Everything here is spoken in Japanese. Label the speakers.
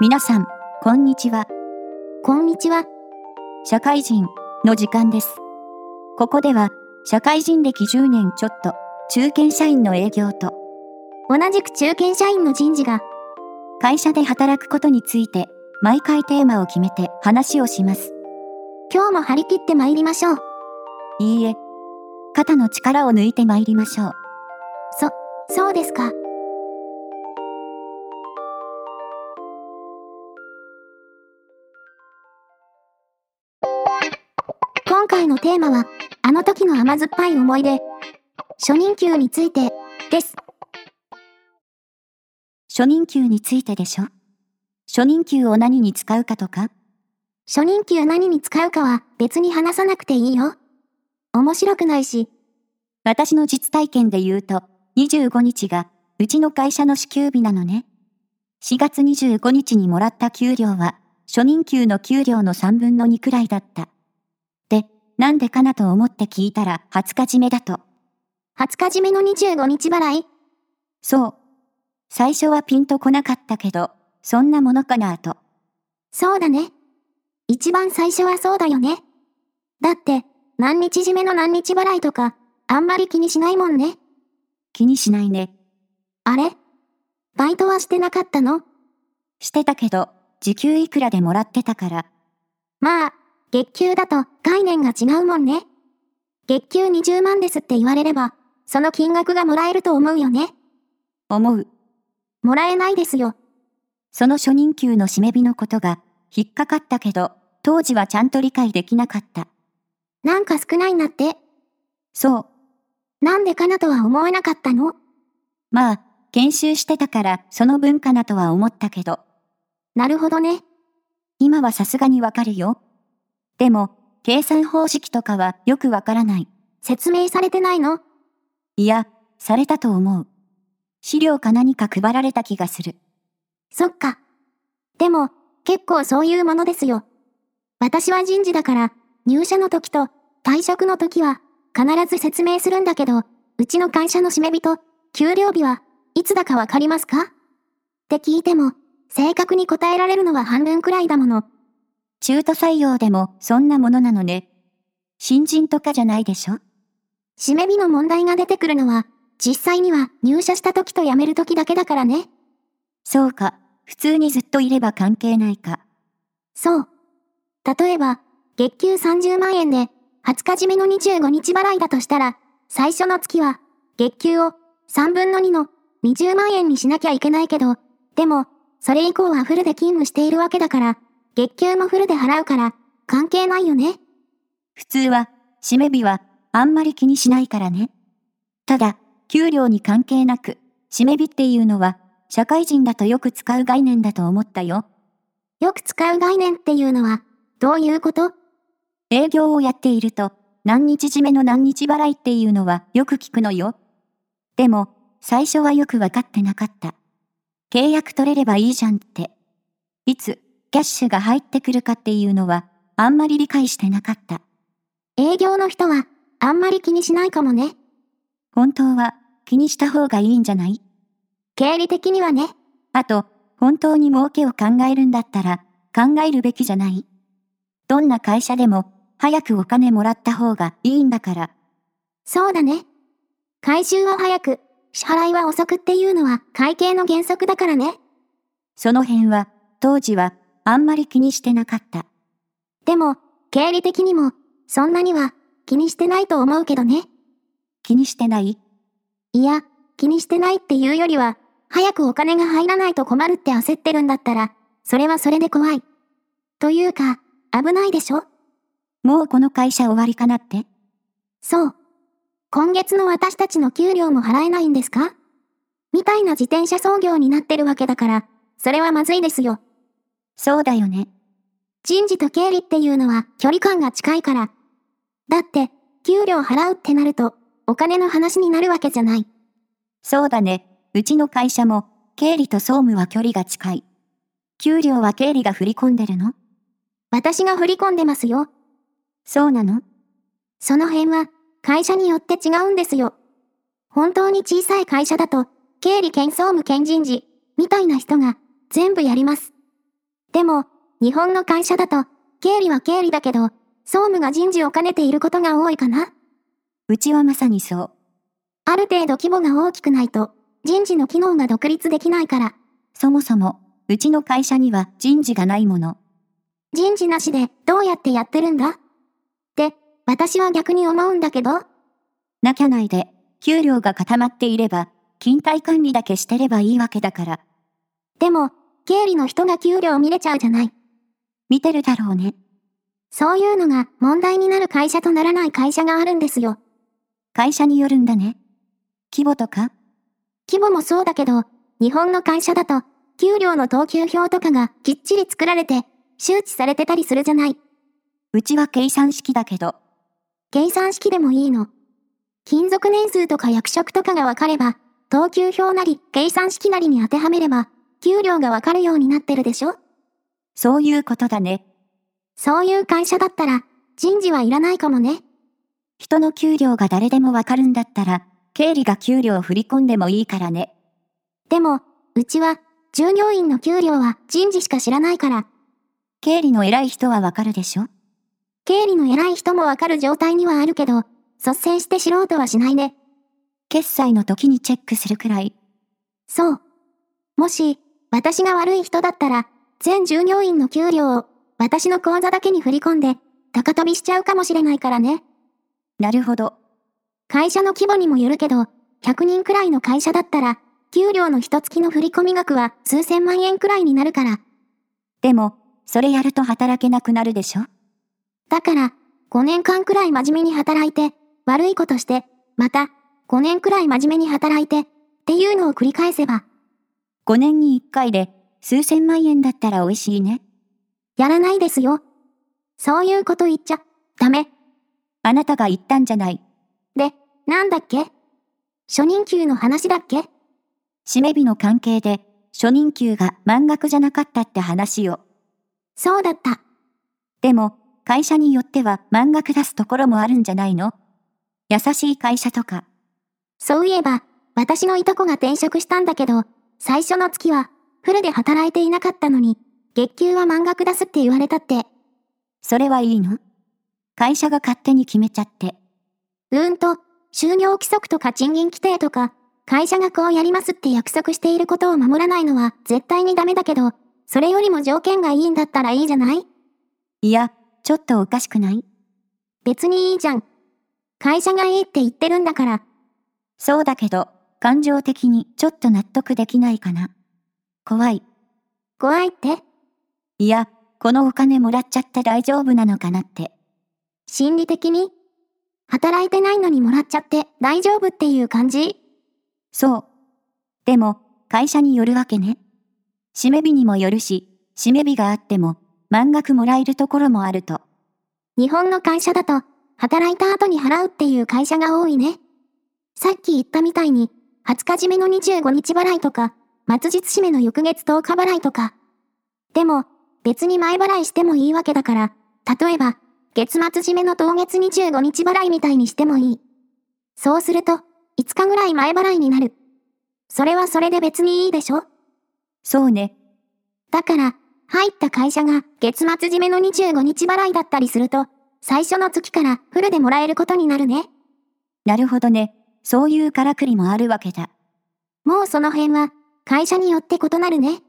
Speaker 1: 皆さん、こんにちは。
Speaker 2: こんにちは。
Speaker 1: 社会人の時間です。ここでは、社会人歴10年ちょっと、中堅社員の営業と、
Speaker 2: 同じく中堅社員の人事が、
Speaker 1: 会社で働くことについて、毎回テーマを決めて話をします。
Speaker 2: 今日も張り切って参りましょう。
Speaker 1: いいえ、肩の力を抜いて参りましょう。
Speaker 2: そうですか。今回のテーマは、あの時の甘酸っぱい思い出、初任給について、です。
Speaker 1: 初任給についてでしょ初任給を何に使うかとか
Speaker 2: 初任給何に使うかは別に話さなくていいよ。面白くないし、
Speaker 1: 私の実体験で言うと、25日が、うちの会社の支給日なのね。4月25日にもらった給料は、初任給の給料の3分の2くらいだった。で、なんでかなと思って聞いたら、20日締めだと。
Speaker 2: 20日締めの25日払い、
Speaker 1: そう。最初はピンとこなかったけど、そんなものかなと。
Speaker 2: そうだね。一番最初はそうだよね。だって、何日締めの何日払いとか、あんまり気にしないもんね。
Speaker 1: 気にしないね。
Speaker 2: あれバイトはしてなかったの
Speaker 1: してたけど、時給いくらでもらってたから、
Speaker 2: まあ、月給だと概念が違うもんね。月給20万ですって言われれば、その金額がもらえると思うよね。
Speaker 1: 思う。
Speaker 2: もらえないですよ。
Speaker 1: その初任給の締め日のことが引っかかったけど、当時はちゃんと理解できなかった。
Speaker 2: なんか少ないんだって。
Speaker 1: そう、
Speaker 2: なんでかなとは思えなかったの
Speaker 1: まあ、研修してたからその文化なとは思ったけど、
Speaker 2: なるほどね。
Speaker 1: 今はさすがにわかるよ。でも、計算方式とかはよくわからない。
Speaker 2: 説明されてないの
Speaker 1: いや、されたと思う。資料か何か配られた気がする。
Speaker 2: そっか。でも、結構そういうものですよ。私は人事だから、入社の時と退職の時は、必ず説明するんだけど、うちの会社の締め日と、給料日はいつだかわかりますかって聞いても、正確に答えられるのは半分くらいだもの。
Speaker 1: 中途採用でもそんなものなのね。新人とかじゃないでしょ
Speaker 2: 締め日の問題が出てくるのは、実際には入社した時と辞める時だけだからね。
Speaker 1: そうか、普通にずっといれば関係ないか。
Speaker 2: そう。例えば、月給30万円で、20日締めの25日払いだとしたら、最初の月は、月給を3分の2の20万円にしなきゃいけないけど、でも、それ以降はフルで勤務しているわけだから、月給もフルで払うから、関係ないよね。
Speaker 1: 普通は、締め日は、あんまり気にしないからね。ただ、給料に関係なく、締め日っていうのは、社会人だとよく使う概念だと思ったよ。
Speaker 2: よく使う概念っていうのは、どういうこと
Speaker 1: 営業をやっていると、何日締めの何日払いっていうのはよく聞くのよ。でも、最初はよくわかってなかった。契約取れればいいじゃんって。いつ、キャッシュが入ってくるかっていうのは、あんまり理解してなかった。
Speaker 2: 営業の人は、あんまり気にしないかもね。
Speaker 1: 本当は、気にした方がいいんじゃない
Speaker 2: 経理的にはね。
Speaker 1: あと、本当に儲けを考えるんだったら、考えるべきじゃない。どんな会社でも、早くお金もらった方がいいんだから、
Speaker 2: そうだね。回収は早く、支払いは遅くっていうのは会計の原則だからね。
Speaker 1: その辺は、当時は、あんまり気にしてなかった。
Speaker 2: でも、経理的にも、そんなには気にしてないと思うけどね。
Speaker 1: 気にしてない
Speaker 2: いや、気にしてないっていうよりは、早くお金が入らないと困るって焦ってるんだったら、それはそれで怖い。というか、危ないでしょ
Speaker 1: もうこの会社終わりかなって
Speaker 2: そう。今月の私たちの給料も払えないんですかみたいな自転車操業になってるわけだから、それはまずいですよ。
Speaker 1: そうだよね。
Speaker 2: 人事と経理っていうのは距離感が近いから。だって、給料払うってなると、お金の話になるわけじゃない。
Speaker 1: そうだね。うちの会社も、経理と総務は距離が近い。給料は経理が振り込んでるの
Speaker 2: 私が振り込んでますよ。
Speaker 1: そうなの
Speaker 2: その辺は、会社によって違うんですよ。本当に小さい会社だと、経理兼総務兼人事、みたいな人が、全部やります。でも、日本の会社だと、経理は経理だけど、総務が人事を兼ねていることが多いかな。
Speaker 1: うちはまさにそう。
Speaker 2: ある程度規模が大きくないと、人事の機能が独立できないから、
Speaker 1: そもそも、うちの会社には人事がないもの。
Speaker 2: 人事なしでどうやってやってるんだって、私は逆に思うんだけど、
Speaker 1: なきゃないで、給料が固まっていれば、勤怠管理だけしてればいいわけだから、
Speaker 2: でも、経理の人が給料見れちゃうじゃない。
Speaker 1: 見てるだろうね。
Speaker 2: そういうのが問題になる会社とならない会社があるんですよ。
Speaker 1: 会社によるんだね。規模とか、
Speaker 2: 規模もそうだけど、日本の会社だと、給料の等級表とかがきっちり作られて、周知されてたりするじゃない。
Speaker 1: うちは計算式だけど、
Speaker 2: 計算式でもいいの。勤続年数とか役職とかが分かれば、等級表なり計算式なりに当てはめれば、給料が分かるようになってるでしょ
Speaker 1: そういうことだね。
Speaker 2: そういう会社だったら、人事はいらないかもね。
Speaker 1: 人の給料が誰でもわかるんだったら、経理が給料を振り込んでもいいからね。
Speaker 2: でも、うちは、従業員の給料は人事しか知らないから、
Speaker 1: 経理の偉い人はわかるでしょ
Speaker 2: 経理の偉い人も分かる状態にはあるけど、率先して素人はしないね。
Speaker 1: 決済の時にチェックするくらい。
Speaker 2: そう。もし、私が悪い人だったら、全従業員の給料を、私の口座だけに振り込んで、高飛びしちゃうかもしれないからね。
Speaker 1: なるほど。
Speaker 2: 会社の規模にもよるけど、100人くらいの会社だったら、給料の一月の振込額は数千万円くらいになるから。
Speaker 1: でも、それやると働けなくなるでしょ
Speaker 2: だから、5年間くらい真面目に働いて、悪いことして、また、5年くらい真面目に働いて、っていうのを繰り返せば、
Speaker 1: ?5 年に1回で、数千万円だったら美味しいね。
Speaker 2: やらないですよ。そういうこと言っちゃ、ダメ。
Speaker 1: あなたが言ったんじゃない。
Speaker 2: で、なんだっけ初任給の話だっけ
Speaker 1: 締め日の関係で、初任給が満額じゃなかったって話を。
Speaker 2: そうだった。
Speaker 1: でも、会社によっては満額出すところもあるんじゃないの優しい会社とか、
Speaker 2: そういえば、私のいとこが転職したんだけど、最初の月は、フルで働いていなかったのに、月給は満額出すって言われたって、
Speaker 1: それはいいの会社が勝手に決めちゃって、
Speaker 2: うーんと、就業規則とか賃金規定とか、会社がこうやりますって約束していることを守らないのは絶対にダメだけど、それよりも条件がいいんだったらいいじゃない
Speaker 1: いや、ちょっとおかしくない
Speaker 2: 別にいいじゃん。会社がいいって言ってるんだから、
Speaker 1: そうだけど、感情的にちょっと納得できないかな。怖い。
Speaker 2: 怖いって
Speaker 1: いや、このお金もらっちゃって大丈夫なのかなって。
Speaker 2: 心理的に働いてないのにもらっちゃって大丈夫っていう感じ
Speaker 1: そう。でも、会社によるわけね。締め日にもよるし、締め日があっても、満額もらえるところもあると。
Speaker 2: 日本の会社だと、働いた後に払うっていう会社が多いね。さっき言ったみたいに、20日締めの25日払いとか、末日締めの翌月10日払いとか。でも、別に前払いしてもいいわけだから、例えば、月末締めの当月25日払いみたいにしてもいい。そうすると、5日ぐらい前払いになる。それはそれで別にいいでしょ
Speaker 1: そうね。
Speaker 2: だから、入った会社が月末締めの25日払いだったりすると、最初の月からフルでもらえることになるね。
Speaker 1: なるほどね。そういうからくりもあるわけだ。
Speaker 2: もうその辺は、会社によって異なるね。